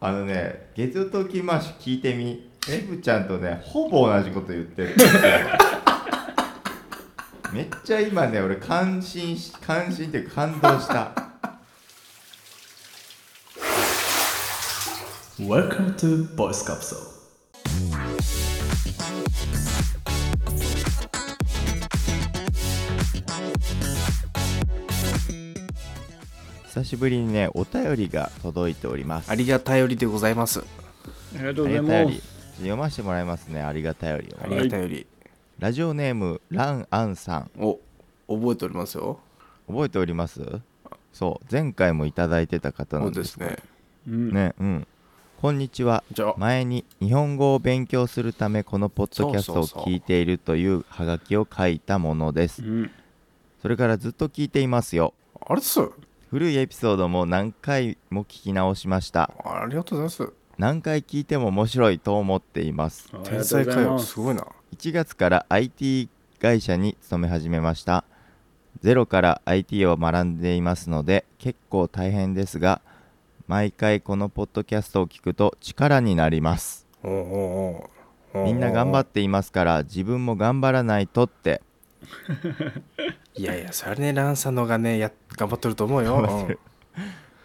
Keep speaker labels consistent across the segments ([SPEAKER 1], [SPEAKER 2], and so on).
[SPEAKER 1] あのね月曜トーキーマッシュ聞いてみ渋ちゃんとねほぼ同じこと言ってるめっちゃ今ね俺感心し感心っていうか感動した
[SPEAKER 2] Welcome to Voice Capsule.
[SPEAKER 1] 久しぶりにねお便りが届いております
[SPEAKER 3] ありがたよりでございます。
[SPEAKER 4] ありがとう
[SPEAKER 1] あり
[SPEAKER 4] ござい
[SPEAKER 1] がたよ
[SPEAKER 4] ま
[SPEAKER 1] り
[SPEAKER 4] す。
[SPEAKER 1] 読ませてもらいますねありがたよりを
[SPEAKER 3] ありがたより。
[SPEAKER 1] ラジオネームランアンさん
[SPEAKER 3] お、覚えておりますよ。
[SPEAKER 1] 覚えておりますそう前回もいただいてた方な
[SPEAKER 3] そうんで
[SPEAKER 1] ですす
[SPEAKER 3] ね。
[SPEAKER 4] うん
[SPEAKER 1] ねうんこんにちは
[SPEAKER 3] じゃあ、
[SPEAKER 1] 前に日本語を勉強するためこのポッドキャストを聞いているというハガキを書いたものです
[SPEAKER 4] うん
[SPEAKER 1] それからずっと聞いていますよ
[SPEAKER 3] あれっす。
[SPEAKER 1] 古いエピソードも何回も聞き直しました
[SPEAKER 3] ありがとうございます。
[SPEAKER 1] 何回聞いても面白いと思っています
[SPEAKER 4] ありがとう
[SPEAKER 3] 天
[SPEAKER 4] ござ
[SPEAKER 3] 才
[SPEAKER 4] い
[SPEAKER 3] かよ。
[SPEAKER 4] ます
[SPEAKER 3] ごいな。
[SPEAKER 1] 1月から IT 会社に勤め始めましたゼロから IT を学んでいますので結構大変ですが毎回このポッドキャストを聞くと力になります
[SPEAKER 3] おうおうおう
[SPEAKER 1] みんな頑張っていますから自分も頑張らないとって
[SPEAKER 3] いやいや、それね、ランさんのがね、や頑張ってると思 うよ。
[SPEAKER 1] 頑張ってる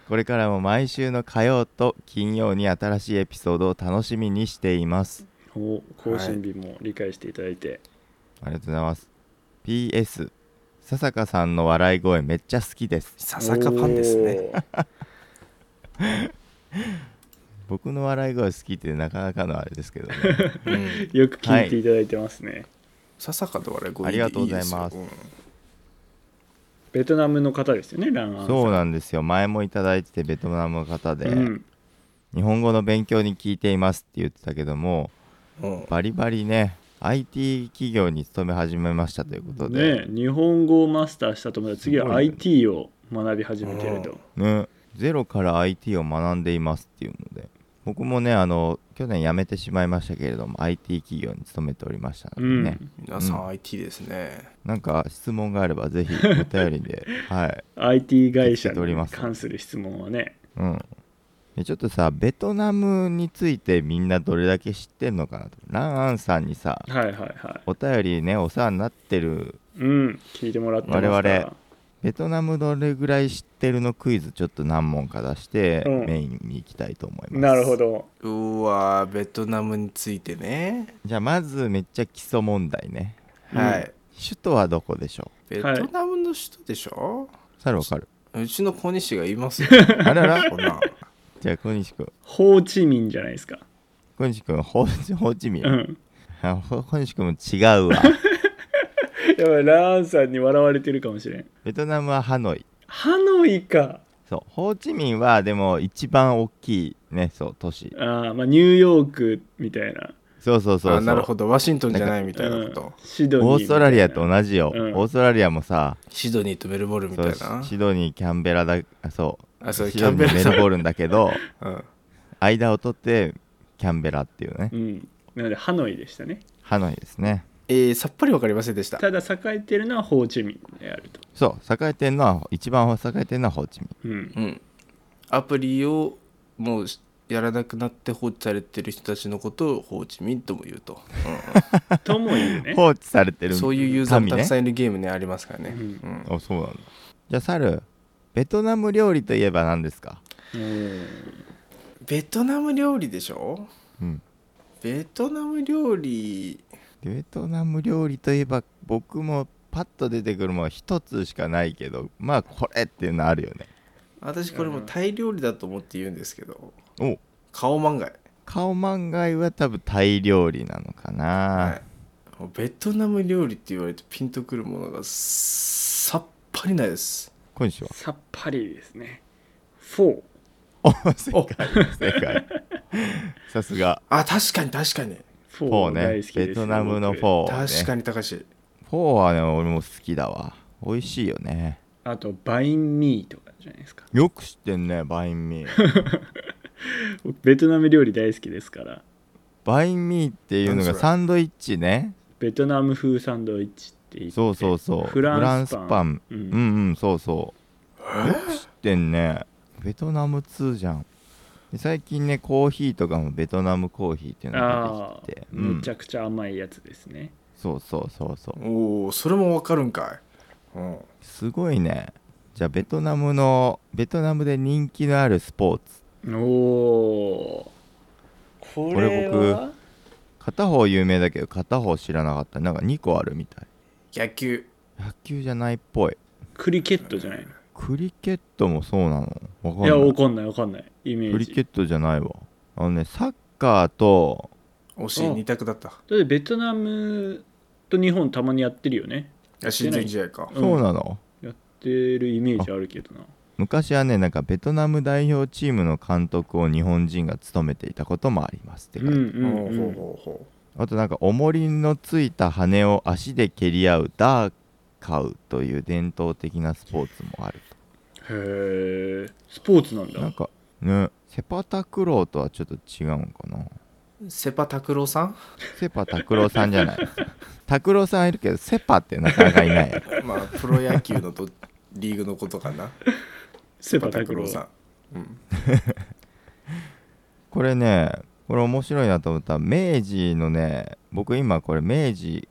[SPEAKER 1] これからも毎週の火曜と金曜に新しいエピソードを楽しみにしています
[SPEAKER 4] お更新日も理解していただいて、
[SPEAKER 1] ありがとうございます PS 笹香さんの笑い声めっちゃ好きです
[SPEAKER 3] ささかファンですね。
[SPEAKER 1] 僕の笑い声好きってなかなかのあれですけどね
[SPEAKER 3] うん
[SPEAKER 4] おーよく聞いていただいてますね、
[SPEAKER 3] ささかと笑い声
[SPEAKER 1] ありがとうございます
[SPEAKER 3] ですよ
[SPEAKER 4] ベトナムの方ですよねランアンさん
[SPEAKER 1] そうなんですよ前もいただいててベトナムの方で、
[SPEAKER 4] うん
[SPEAKER 1] 日本語の勉強に聞いていますって言ってたけども
[SPEAKER 3] うんうん
[SPEAKER 1] バリバリね IT 企業に勤め始めましたということで
[SPEAKER 4] ね日本語をマスターしたと思ったら次
[SPEAKER 1] す
[SPEAKER 4] は
[SPEAKER 1] ごいね
[SPEAKER 4] IT を学び始めてると、
[SPEAKER 1] ねゼロから IT を学んでいますっていうので僕もねあの去年辞めてしまいましたけれども IT 企業に勤めておりましたのでね、
[SPEAKER 4] うん
[SPEAKER 3] 皆さ
[SPEAKER 1] うん
[SPEAKER 3] IT ですね。
[SPEAKER 1] なんか質問があればぜひお便り ではい、
[SPEAKER 4] IT 会社
[SPEAKER 1] 聞いておりま
[SPEAKER 4] に
[SPEAKER 1] す
[SPEAKER 4] 関する質問はね
[SPEAKER 1] うん、でちょっとさベトナムについてみんなどれだけ知ってんのかなとランアンさんにさ
[SPEAKER 4] はいはいは
[SPEAKER 1] お便りねお世話になってる
[SPEAKER 4] いうん聞いてもらってますから
[SPEAKER 1] 我々ベトナムどれぐらい知ってるのクイズちょっと何問か出して、
[SPEAKER 4] うん
[SPEAKER 1] メインに行きたいと思います
[SPEAKER 4] なるほど
[SPEAKER 3] うわーベトナムについてね。
[SPEAKER 1] じゃあまずめっちゃ基礎問題ね
[SPEAKER 3] はい。
[SPEAKER 1] 首都はどこでしょ
[SPEAKER 3] ベトナムの首都でしょ
[SPEAKER 1] うさるわかる
[SPEAKER 3] うちの小西がいます よ。
[SPEAKER 1] あらら
[SPEAKER 3] こんなん
[SPEAKER 1] じゃあ小西君
[SPEAKER 4] ホーチミンじゃないですか
[SPEAKER 1] 小西君ホ ーチホーチミン、
[SPEAKER 4] うん
[SPEAKER 1] あほ小西君も違う わ
[SPEAKER 4] やばいランさんに笑われてるかもしれん
[SPEAKER 1] ベトナムはハノイ
[SPEAKER 4] ハノイか
[SPEAKER 1] そうホーチミンはでも一番大きいねそう都市
[SPEAKER 4] あー、まあ、ニューヨークみたいな
[SPEAKER 1] そうそうそうそう
[SPEAKER 3] あなるほどワシントンじゃないみたいなこと、
[SPEAKER 4] うんシドニー
[SPEAKER 1] オーストラリアと同じよ、
[SPEAKER 4] うん
[SPEAKER 1] オーストラリアもさ
[SPEAKER 3] シドニーとメルボルンみた
[SPEAKER 1] そ
[SPEAKER 3] いうな
[SPEAKER 1] シドニーキャンベラだあそう
[SPEAKER 3] あそう
[SPEAKER 1] シ
[SPEAKER 3] キ
[SPEAKER 1] ド
[SPEAKER 3] ャン
[SPEAKER 1] ニ
[SPEAKER 3] ベラ
[SPEAKER 1] ーメ
[SPEAKER 3] さん
[SPEAKER 1] ルボルンだけど
[SPEAKER 3] うん
[SPEAKER 1] 間を取ってキャンベラっていうね
[SPEAKER 4] うんなのでハノイでしたね
[SPEAKER 1] ハノイですね
[SPEAKER 3] えー、さっぱりわかりませんでした
[SPEAKER 4] ただ栄えてるのはホーチミンであると
[SPEAKER 1] そう栄えてんのは一番栄えてんのはホーチミン
[SPEAKER 4] うん
[SPEAKER 3] うんアプリをもうしやらなくなって放置されてる人たちのことをホーチミンとも言うと、
[SPEAKER 4] とも言う ね
[SPEAKER 1] 放置されて
[SPEAKER 3] うん
[SPEAKER 1] る
[SPEAKER 3] そういうユーザーも
[SPEAKER 1] 民
[SPEAKER 3] たくさ
[SPEAKER 1] ね
[SPEAKER 3] んいるゲームねありますからね、
[SPEAKER 4] うん
[SPEAKER 3] うん
[SPEAKER 1] あそうなんだじゃあサルベトナム料理といえば何ですか
[SPEAKER 4] うん
[SPEAKER 3] ベトナム料理でしょ
[SPEAKER 1] うん
[SPEAKER 3] ベトナム料理
[SPEAKER 1] ベトナム料理といえば僕もパッと出てくるもの一つしかないけどまあこれっていうのあるよね
[SPEAKER 3] 私これもタイ料理だと思って言うんですけど
[SPEAKER 1] お
[SPEAKER 3] カオマンガイ、
[SPEAKER 1] カオマンガイは多分タイ料理なのかな、
[SPEAKER 3] はい、もうベトナム料理って言われてピンとくるものがさっぱりないです
[SPEAKER 1] 今週は
[SPEAKER 4] さっぱりですねフォー
[SPEAKER 1] お正解正解さすが
[SPEAKER 3] あ確かに確かに
[SPEAKER 1] フ
[SPEAKER 4] フォ
[SPEAKER 1] ォー
[SPEAKER 4] ー
[SPEAKER 1] ね
[SPEAKER 4] 大好きです、
[SPEAKER 1] ベトナムのフ
[SPEAKER 4] ー
[SPEAKER 1] ォー、ね、
[SPEAKER 3] 確かに高し
[SPEAKER 1] フォーはね俺も好きだわ美味しいよね
[SPEAKER 4] あとバインミーとかじゃないですか
[SPEAKER 1] よく知ってんねバインミー
[SPEAKER 4] 僕ベトナム料理大好きですから
[SPEAKER 1] バインミーっていうのが
[SPEAKER 3] 何それ
[SPEAKER 1] サンドイッチね
[SPEAKER 4] ベトナム風サンドイッチって言って
[SPEAKER 1] そうそうそう
[SPEAKER 4] フランスパン
[SPEAKER 1] フラン
[SPEAKER 4] う、
[SPEAKER 1] うんんうんそうそうよく知ってんねベトナム通じゃんで最近ねコーヒーとかもベトナムコーヒーっていうのが
[SPEAKER 4] あ
[SPEAKER 1] 出てき
[SPEAKER 4] あ
[SPEAKER 1] て、うん
[SPEAKER 4] めちゃくちゃ甘いやつですね、
[SPEAKER 1] そうそうそうそう
[SPEAKER 3] おおそれもわかるんかい、うん、
[SPEAKER 1] すごいねじゃあベトナムのベトナムで人気のあるスポーツ
[SPEAKER 4] おおこれ
[SPEAKER 1] これ
[SPEAKER 4] は
[SPEAKER 1] 片方有名だけど片方知らなかったなんか2個あるみたい
[SPEAKER 3] 野球
[SPEAKER 1] 野球じゃないっぽい
[SPEAKER 4] クリケットじゃないの
[SPEAKER 1] クリケットもそうなのわかん
[SPEAKER 4] いや
[SPEAKER 1] ない
[SPEAKER 4] わかんないわかんないイメ
[SPEAKER 1] ク
[SPEAKER 4] ー
[SPEAKER 1] リ
[SPEAKER 4] ジ
[SPEAKER 1] ケ
[SPEAKER 4] だ
[SPEAKER 1] ットじゃないわあのねサッカーと
[SPEAKER 3] 惜しい
[SPEAKER 4] うん
[SPEAKER 3] 二択だった
[SPEAKER 4] ってベトナムと日本たまにやってるよね
[SPEAKER 3] あ親善試合か
[SPEAKER 4] うん
[SPEAKER 1] そうなの、
[SPEAKER 4] やってるイメージあるけどな
[SPEAKER 1] 昔はねなんかベトナム代表チームの監督を日本人が務めていたこともありますって
[SPEAKER 4] う
[SPEAKER 1] 書
[SPEAKER 4] ん
[SPEAKER 1] いてある
[SPEAKER 4] うんう
[SPEAKER 3] ほうほうんほうほ
[SPEAKER 1] あとなんか重りのついた羽を足で蹴り合うダーカウという伝統的なスポーツもある
[SPEAKER 4] へえスポーツなん
[SPEAKER 1] となん
[SPEAKER 4] だ
[SPEAKER 1] かねセパタクローとはちょっと違うんかな
[SPEAKER 3] うセパタクローさん
[SPEAKER 1] セパタクローさんじゃない拓郎さんいるけどセパってなかなかいないや
[SPEAKER 3] まあプロ野球のとリーグのことか な
[SPEAKER 4] セパタクロー
[SPEAKER 3] セ
[SPEAKER 4] さん
[SPEAKER 3] パタクローさん、うん、
[SPEAKER 1] これねこれ面白いなと思ったら明治のね僕今これ明治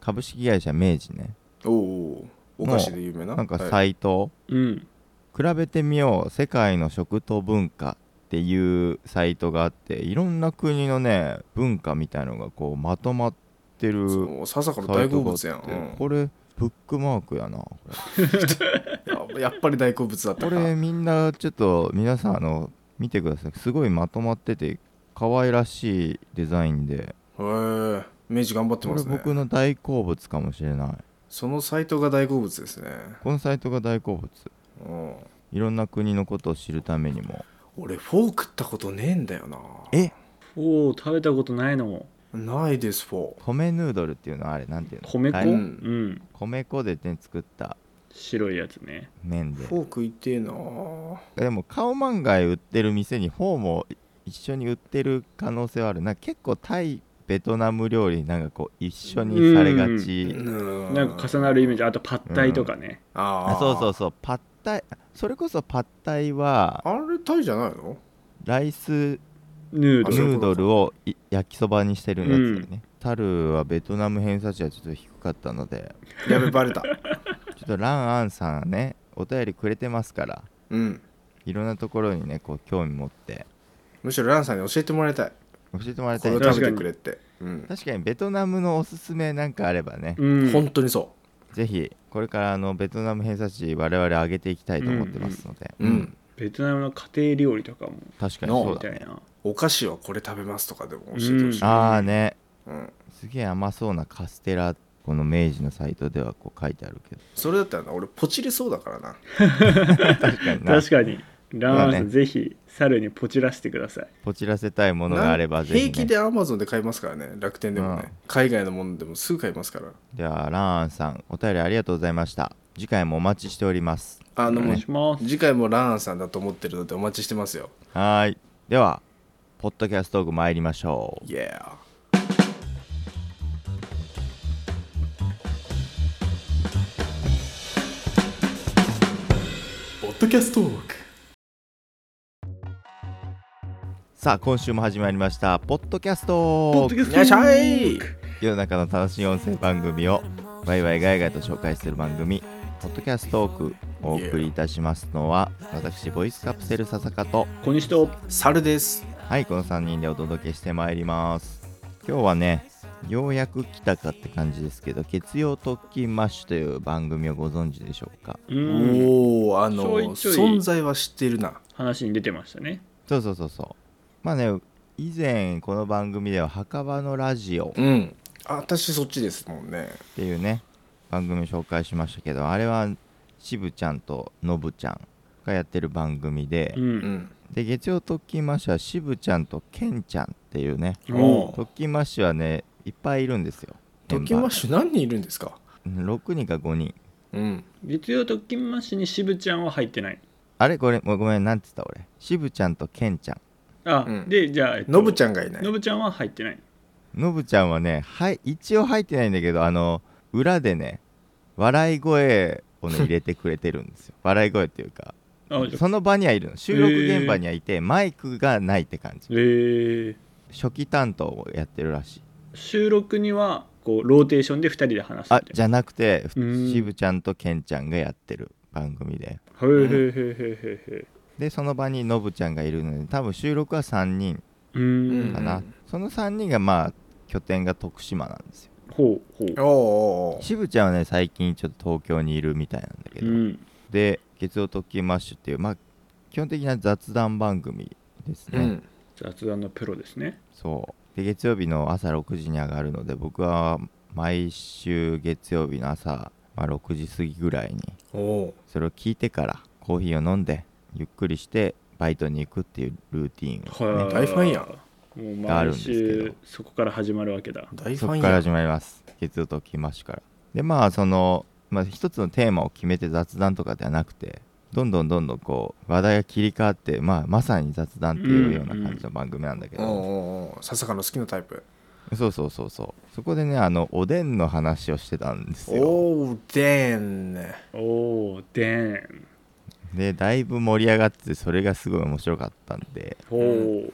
[SPEAKER 1] 株式会社明治ね
[SPEAKER 3] おおお菓子で有名な
[SPEAKER 1] なんか
[SPEAKER 3] はい
[SPEAKER 1] サイト、
[SPEAKER 4] うん
[SPEAKER 1] 比べてみよう世界の食と文化っていうサイトがあっていろんな国のね文化みたいのがこうまとまってるサ
[SPEAKER 3] そう笹
[SPEAKER 1] イ
[SPEAKER 3] から
[SPEAKER 1] トがあ
[SPEAKER 3] 大
[SPEAKER 1] って
[SPEAKER 3] 好物やん、
[SPEAKER 1] これブックマークや なこ
[SPEAKER 3] うんややっぱり大好物だっ
[SPEAKER 1] れ
[SPEAKER 3] た
[SPEAKER 1] こ
[SPEAKER 3] か
[SPEAKER 1] れみんなちょっと皆さんあの見てくださいすごいまとまってて可愛らしいデザインで
[SPEAKER 3] へえ明治頑張って
[SPEAKER 1] こ
[SPEAKER 3] ま
[SPEAKER 1] れ
[SPEAKER 3] すね
[SPEAKER 1] 僕の大好物かもしれない
[SPEAKER 3] そのサイトが大好物ですね
[SPEAKER 1] このサイトが大好物
[SPEAKER 3] うん
[SPEAKER 1] いろんな国のことを知るためにも
[SPEAKER 3] 俺フォー食ったことねえんだよな
[SPEAKER 1] え
[SPEAKER 4] おお食べたことないのも
[SPEAKER 3] ないですフォー
[SPEAKER 1] 米ヌードルっていうのはあれなんていうの
[SPEAKER 4] 米粉
[SPEAKER 1] だ
[SPEAKER 4] う
[SPEAKER 1] い
[SPEAKER 4] ん
[SPEAKER 1] 米粉でね作った
[SPEAKER 4] 白いやつね
[SPEAKER 1] 麺で
[SPEAKER 3] フォー食いてえな
[SPEAKER 1] でもカオマンガイ売ってる店にフォーも一緒に売ってる可能性はあるなんか結構タイベトナム料理なんかこう一緒にされがち
[SPEAKER 3] うん
[SPEAKER 4] なんか重なるイメージあとパッタイとかね
[SPEAKER 3] あ
[SPEAKER 1] あ
[SPEAKER 3] ー
[SPEAKER 1] そうそうそうパッタイそれこそパッタイは
[SPEAKER 3] あれタイじゃないの
[SPEAKER 1] ライス
[SPEAKER 4] ヌ
[SPEAKER 1] ヌ
[SPEAKER 4] ードル
[SPEAKER 1] ードルをい焼きそばにしてるやつだよね、タルはベトナム偏差値はちょっと低かったので
[SPEAKER 3] やべバレ た
[SPEAKER 1] ちょっとランアンさんねお便りくれてますから
[SPEAKER 3] うん
[SPEAKER 1] いろんなところにねこう興味持って
[SPEAKER 3] むしろランさんに教えてもらいたい
[SPEAKER 1] 教えてもらい
[SPEAKER 3] こ
[SPEAKER 1] たい
[SPEAKER 3] れ
[SPEAKER 1] ね
[SPEAKER 3] を食べてくれってうん
[SPEAKER 1] 確かにベトナムのおすすめなんかあればね、
[SPEAKER 4] うん
[SPEAKER 3] 本当にそ
[SPEAKER 1] ぜひこれからあのベトナム偏差値我々上げていきたいと思ってますので、
[SPEAKER 3] ううん
[SPEAKER 4] ベトナムの家庭料理とかも
[SPEAKER 1] 確かにそう
[SPEAKER 4] み
[SPEAKER 1] だ
[SPEAKER 4] たい
[SPEAKER 1] ね
[SPEAKER 4] な
[SPEAKER 3] お菓子はこれ食べますとかでも教えてほしい
[SPEAKER 1] ああね
[SPEAKER 3] うん
[SPEAKER 1] すげえ甘そうなカステラこの明治のサイトではこう書いてあるけど
[SPEAKER 3] それだったらな俺ポチりそうだからな
[SPEAKER 1] 確かに な
[SPEAKER 4] 確かにラーメンさ
[SPEAKER 1] そうんね
[SPEAKER 4] ぜひ猿にポチらせてください
[SPEAKER 1] ポチらせたいものがあればぜひ、ね、
[SPEAKER 3] 平気でアマゾンで買いますからね楽天でもね、
[SPEAKER 1] うん
[SPEAKER 3] 海外のものでもすぐ買いますから
[SPEAKER 1] ではラーンさんお便りありがとうございました次回もお待ちしております
[SPEAKER 3] あの、
[SPEAKER 4] お願いします
[SPEAKER 3] 次回もラーンさんだと思ってるのでお待ちしてますよ
[SPEAKER 1] はーいではポッドキャストトーク参りましょう
[SPEAKER 3] イエー
[SPEAKER 2] ポッドキャストトーク
[SPEAKER 1] さあ今週も始まりましたポッドキャスト
[SPEAKER 4] ポ
[SPEAKER 1] ト
[SPEAKER 4] ッ
[SPEAKER 1] ー
[SPEAKER 4] ド
[SPEAKER 1] ク
[SPEAKER 4] キャス
[SPEAKER 3] い
[SPEAKER 4] ト
[SPEAKER 3] らっしゃい
[SPEAKER 1] 世の中の楽しい音声番組をワイワイガイガイと紹介する番組「ポッドキャストトーク」お送りいたしますのは私ボイスカプセル笹香と
[SPEAKER 4] 小西と
[SPEAKER 3] 猿です
[SPEAKER 1] はいこの3人でお届けしてまいります今日はねようやく来たかって感じですけど月曜特勤マッシュという番組をご存知でしょうか
[SPEAKER 4] うん
[SPEAKER 3] おおあ
[SPEAKER 4] ち
[SPEAKER 3] の
[SPEAKER 4] ょいちょい
[SPEAKER 3] 存在は知ってるな
[SPEAKER 4] 話に出てましたね
[SPEAKER 1] そうそうそうそうまあね以前この番組では墓場のラジオ
[SPEAKER 3] うんあ私そっちですもんね
[SPEAKER 1] っていうね番組紹介しましたけどあれはしぶちゃんとのぶちゃんがやってる番組で、
[SPEAKER 4] う
[SPEAKER 3] うんん
[SPEAKER 1] で月曜特勤マッシュはしぶちゃんとけんちゃんっていうね
[SPEAKER 4] お
[SPEAKER 1] 特勤マッシュはねいっぱいいるんですよ
[SPEAKER 3] 特訓マッ
[SPEAKER 1] シ
[SPEAKER 3] シュ何人いるんですか
[SPEAKER 1] ュ6人か5人
[SPEAKER 3] うん
[SPEAKER 4] 月曜特勤マッシュに渋ちゃんは入ってない
[SPEAKER 1] あれこれもうごめんなんつった俺しぶちゃんとけんちゃ
[SPEAKER 4] あ、
[SPEAKER 3] うん
[SPEAKER 4] でじゃあ、えっと
[SPEAKER 3] ノブちゃんがいない
[SPEAKER 4] のぶちゃんは入ってない
[SPEAKER 1] んのぶちゃんはねはい一応入ってないんだけどあの裏でね笑い声をね入れてくれてるんですよ笑い声っていうか
[SPEAKER 4] あじゃあ
[SPEAKER 1] その場にはいるの収録現場にはいて、マイクがないって感じ
[SPEAKER 4] えー、
[SPEAKER 1] 初期担当をやってるらしい
[SPEAKER 4] 収録にはこうローテーションで2人で話すみ
[SPEAKER 1] あ
[SPEAKER 4] たい
[SPEAKER 1] じゃなくてふ
[SPEAKER 4] うん
[SPEAKER 1] しぶちゃんとけんちゃんがやってる番組で
[SPEAKER 4] なへえへえへえへえへえ
[SPEAKER 1] でその場にのぶちゃんがいるので多分収録は3人
[SPEAKER 4] うー
[SPEAKER 3] うん
[SPEAKER 4] ん
[SPEAKER 1] かな、その3人がまあ拠点が徳島なんですよ
[SPEAKER 4] ほうほう
[SPEAKER 3] おうおうおう
[SPEAKER 1] しぶちゃんはね最近ちょっと東京にいるみたいなんだけ
[SPEAKER 4] う
[SPEAKER 1] ど、
[SPEAKER 4] ん
[SPEAKER 1] で「月曜特急マッシュ」っていうまあ基本的な雑談番組ですね、
[SPEAKER 3] うん
[SPEAKER 4] 雑談のプロですね
[SPEAKER 1] そうで月曜日の朝6時に上がるので僕は毎週月曜日の朝、まあ、6時過ぎぐらいに
[SPEAKER 3] おう
[SPEAKER 1] それを聞いてからコーヒーを飲んでゆっくりしてバイトに行くっていうルーティーンを、
[SPEAKER 4] は
[SPEAKER 1] ね、
[SPEAKER 3] 大ファンやん
[SPEAKER 4] もう
[SPEAKER 1] があるん
[SPEAKER 4] 毎
[SPEAKER 1] ですけど
[SPEAKER 4] 週そこから始まるわけだ
[SPEAKER 3] 大フ
[SPEAKER 1] そ
[SPEAKER 3] ァ
[SPEAKER 1] こ
[SPEAKER 3] ン
[SPEAKER 1] から
[SPEAKER 3] や
[SPEAKER 1] 始まります月曜ときましからでまあその、まあ、一つのテーマを決めて雑談とかではなくてどんどんどんどんこう話題が切り替わって、まあ、まさに雑談っていうような感じの番組なんだけ
[SPEAKER 3] おう
[SPEAKER 1] ど、
[SPEAKER 3] おうおうささかの好きなタイプ
[SPEAKER 1] そうそうそうそうそこでねあのおでんの話をしてたんですよ
[SPEAKER 3] おうでん ね
[SPEAKER 4] おおでん
[SPEAKER 1] でだいぶ盛り上がっててそれがすごい面白かったんで
[SPEAKER 4] ほ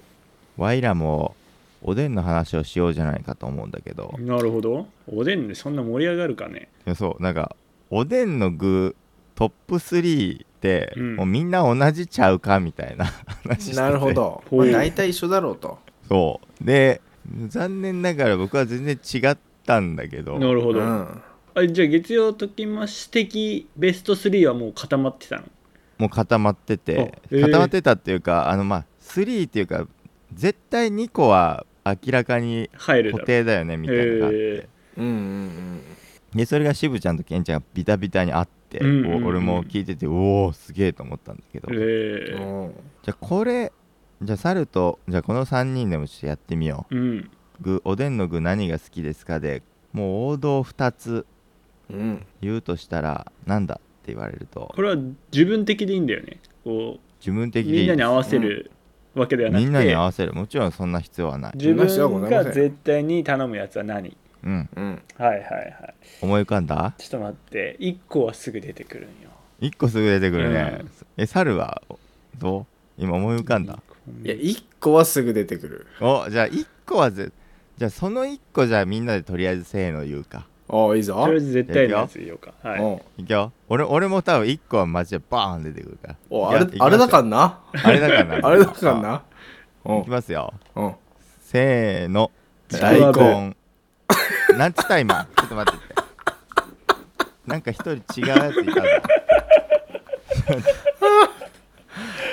[SPEAKER 1] ワイらもおでんの話をしようじゃないかと思うんだけど
[SPEAKER 4] うなるほどおでんでそんな盛り上がるかね
[SPEAKER 1] いやそうなんかおでんの具トップ3って、
[SPEAKER 4] うん
[SPEAKER 1] もうみんな同じちゃうかみたいな 話してて
[SPEAKER 3] なるほど、
[SPEAKER 4] ほ
[SPEAKER 3] ま
[SPEAKER 4] う
[SPEAKER 3] あ、大体一緒だろうと
[SPEAKER 1] そうで残念ながら僕は全然違ったんだけど
[SPEAKER 4] なるほど、
[SPEAKER 3] うん
[SPEAKER 4] あじゃあ月曜ときまし的ベスト3はもう固まってたの
[SPEAKER 1] もう固まってて
[SPEAKER 4] あ、えー
[SPEAKER 1] 固まってたっていうかあのまあ3っていうか絶対2個は明らかに
[SPEAKER 4] 入るだ
[SPEAKER 1] 固
[SPEAKER 4] ろ
[SPEAKER 1] 定だよねみたいなのがあって、
[SPEAKER 4] え
[SPEAKER 3] うんうん
[SPEAKER 1] でそれが渋ちゃんとケンちゃんがビタビタにあって、
[SPEAKER 4] うんうんうん
[SPEAKER 1] お俺も聞いてておおすげえと思ったんだけど、じ
[SPEAKER 4] え
[SPEAKER 3] うん
[SPEAKER 4] え
[SPEAKER 3] おう
[SPEAKER 1] ゃあこれじゃあ猿とじゃあこの3人でもちょっとやってみよう
[SPEAKER 4] うん
[SPEAKER 1] 具おでんの具何が好きですかでもう王道2つ
[SPEAKER 3] うん
[SPEAKER 1] 言うとしたらなんだって言われると
[SPEAKER 4] これは自分的でいいんだよねこ
[SPEAKER 1] 自分
[SPEAKER 4] う
[SPEAKER 1] 的でい
[SPEAKER 4] み
[SPEAKER 1] い
[SPEAKER 4] んなに
[SPEAKER 1] です
[SPEAKER 4] 合わせるわけではなく
[SPEAKER 1] み
[SPEAKER 4] て
[SPEAKER 1] んなに合わせるもちろんそんな必要はない
[SPEAKER 4] 自分が絶対に頼むやつは何
[SPEAKER 1] うん
[SPEAKER 3] うん
[SPEAKER 4] はいはいはい
[SPEAKER 1] 思い浮かんだ
[SPEAKER 4] ちょっと待って1個はすぐ出てくるんよ
[SPEAKER 1] 1個すぐ出てくるね、
[SPEAKER 4] うん
[SPEAKER 1] え猿はどう今思い浮かんだ
[SPEAKER 3] いや一個はすぐ出てくる
[SPEAKER 1] おじゃあ1個はぜじゃあその1個じゃあみんなでとりあえずせーの言うか
[SPEAKER 3] おういいぞ
[SPEAKER 4] とりあえず絶対のやつ言おうかはい
[SPEAKER 3] おう
[SPEAKER 1] いくよ俺俺も多分1個はマジでバーン出てくるから
[SPEAKER 3] おう
[SPEAKER 1] いや
[SPEAKER 3] あ
[SPEAKER 1] いきます
[SPEAKER 3] れ
[SPEAKER 1] よ
[SPEAKER 3] あれだからな
[SPEAKER 1] あれだからな
[SPEAKER 3] あれだからなお
[SPEAKER 1] いうきますよ
[SPEAKER 3] おう
[SPEAKER 1] せーの
[SPEAKER 4] 大根
[SPEAKER 1] なんつった今ちょっと待っててなんか一人違うやついたぞ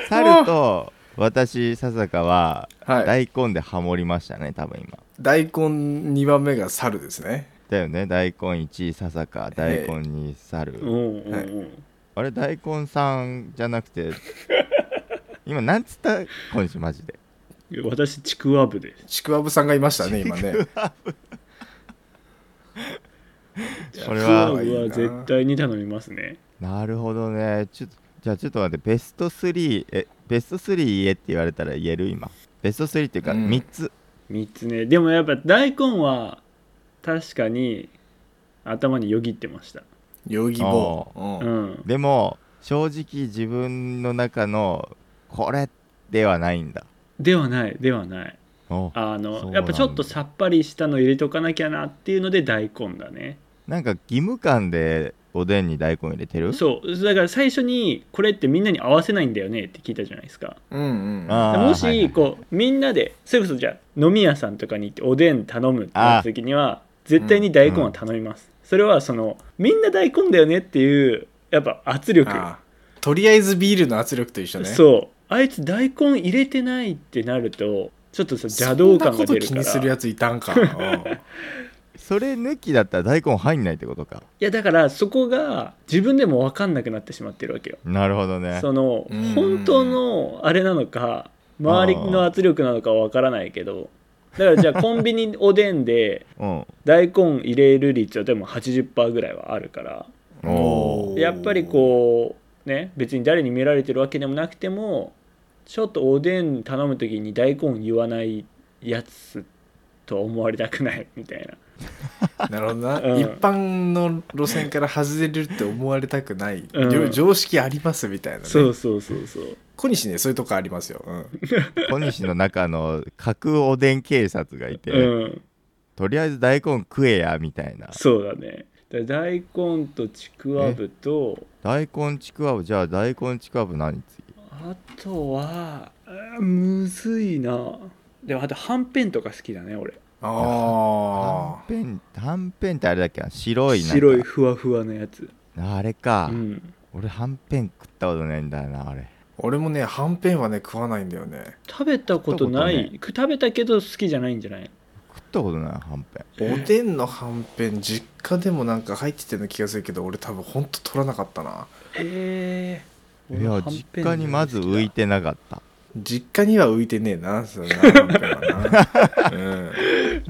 [SPEAKER 1] 猿と私笹香は
[SPEAKER 3] はい
[SPEAKER 1] 大根でハモりましたね多分今
[SPEAKER 3] 大根2番目が猿ですね
[SPEAKER 1] だよね大根1位笹香大根2位猿、
[SPEAKER 4] うんうんうん
[SPEAKER 1] あれ大根さんじゃなくて 今なんつった今週マジで
[SPEAKER 4] いや私ちくわぶです
[SPEAKER 3] ちくわぶさんがいましたね今ね
[SPEAKER 1] これは
[SPEAKER 4] ちくわぶは絶対に頼みますね
[SPEAKER 1] なるほどねちょっとじゃあちょっと待ってベスト3えベスト3言えって言われたら言える今ベスト3っていうか
[SPEAKER 3] うん
[SPEAKER 1] 3つ、
[SPEAKER 4] 3つねでもやっぱ大根は確かに頭によぎってました
[SPEAKER 3] ヨギボー
[SPEAKER 4] う
[SPEAKER 3] うん
[SPEAKER 4] ん
[SPEAKER 1] でも正直自分の中のこれではないんだ
[SPEAKER 4] ではないではない
[SPEAKER 1] お
[SPEAKER 4] あ
[SPEAKER 1] そうなん
[SPEAKER 4] の
[SPEAKER 1] だ
[SPEAKER 4] やっぱちょっとさっぱりしたの入れとかなきゃなっていうので大根だね
[SPEAKER 1] なんか義務感でおでんに大根入れてる
[SPEAKER 4] そうだから最初にこれってみんなに合わせないんだよねって聞いたじゃないですか
[SPEAKER 3] うんうん
[SPEAKER 1] あーは
[SPEAKER 4] も
[SPEAKER 1] いはい
[SPEAKER 4] しこうみんなでそれこそじゃあ飲み屋さんとかに行っておでん頼むってなった時には絶対に大根は頼みます、それはそのみんな大根だよねっていうやっぱ圧力
[SPEAKER 3] あーとりあえずビールの圧力と一緒ね
[SPEAKER 4] そうあいつ大根入れてないってなるとちょっとさ邪道感が出る
[SPEAKER 3] そ
[SPEAKER 4] か
[SPEAKER 3] ん
[SPEAKER 4] ら
[SPEAKER 3] なこと気にするやついた んかうん
[SPEAKER 1] それ抜きだったら大根入んないってことか
[SPEAKER 4] いやだからそこが自分でも分かんなくなってしまってるわけよ
[SPEAKER 1] なるほどね
[SPEAKER 4] その
[SPEAKER 3] うん
[SPEAKER 4] 本当のあれなのか周りの圧力なのかは分からないけどだからじゃあコンビニおでんで
[SPEAKER 1] うん
[SPEAKER 4] 大根入れる率はでも80%ぐらいはあるから
[SPEAKER 1] お
[SPEAKER 3] お
[SPEAKER 1] ー
[SPEAKER 3] ー
[SPEAKER 4] やっぱりこうね別に誰に見られてるわけでもなくてもちょっとおでん頼む時に大根言わないやつとは思われたくないみたいな
[SPEAKER 3] なるほどな、
[SPEAKER 4] うん
[SPEAKER 3] 一般の路線から外れるって思われたくない、
[SPEAKER 4] うん
[SPEAKER 3] 常常識ありますみたいなね
[SPEAKER 4] そうそうそうそう
[SPEAKER 3] 小西ねそういうとこありますよ、うん、
[SPEAKER 1] 小西の中の架空おでん警察がいて、
[SPEAKER 4] うん
[SPEAKER 1] とりあえず大根食えやみたいな
[SPEAKER 4] そうだねだ大根とちくわぶと
[SPEAKER 1] 大根ちくわぶじゃあ大根ちくわぶ何次
[SPEAKER 4] あとはあーむずいなでもあとはんぺんとか好きだね俺
[SPEAKER 1] は
[SPEAKER 3] あ
[SPEAKER 1] んぺんはんぺんってあれだっけな白いなんか
[SPEAKER 4] 白いふわふわのやつ
[SPEAKER 1] あれか、
[SPEAKER 4] うん
[SPEAKER 1] 俺はんぺん食ったことないんだよなあれ
[SPEAKER 3] あ俺もねはんぺんはね食わないんだよね
[SPEAKER 4] 食べたことない
[SPEAKER 1] 食った
[SPEAKER 4] 食べたけど好きじゃないんじゃない
[SPEAKER 1] 食ったことないはんぺん
[SPEAKER 3] おでんのはんぺん実家でもなんか入ってたような気がするけど俺多分ほんと取らなかったな
[SPEAKER 4] ええ
[SPEAKER 1] いや実家にまず浮いてなかった
[SPEAKER 3] 実家には浮いてねえなそんなはんぺんはな、うん、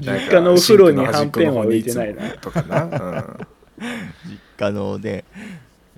[SPEAKER 4] 実家のお風呂にはんぺんは浮いてないな
[SPEAKER 3] とかな、
[SPEAKER 1] 実家ので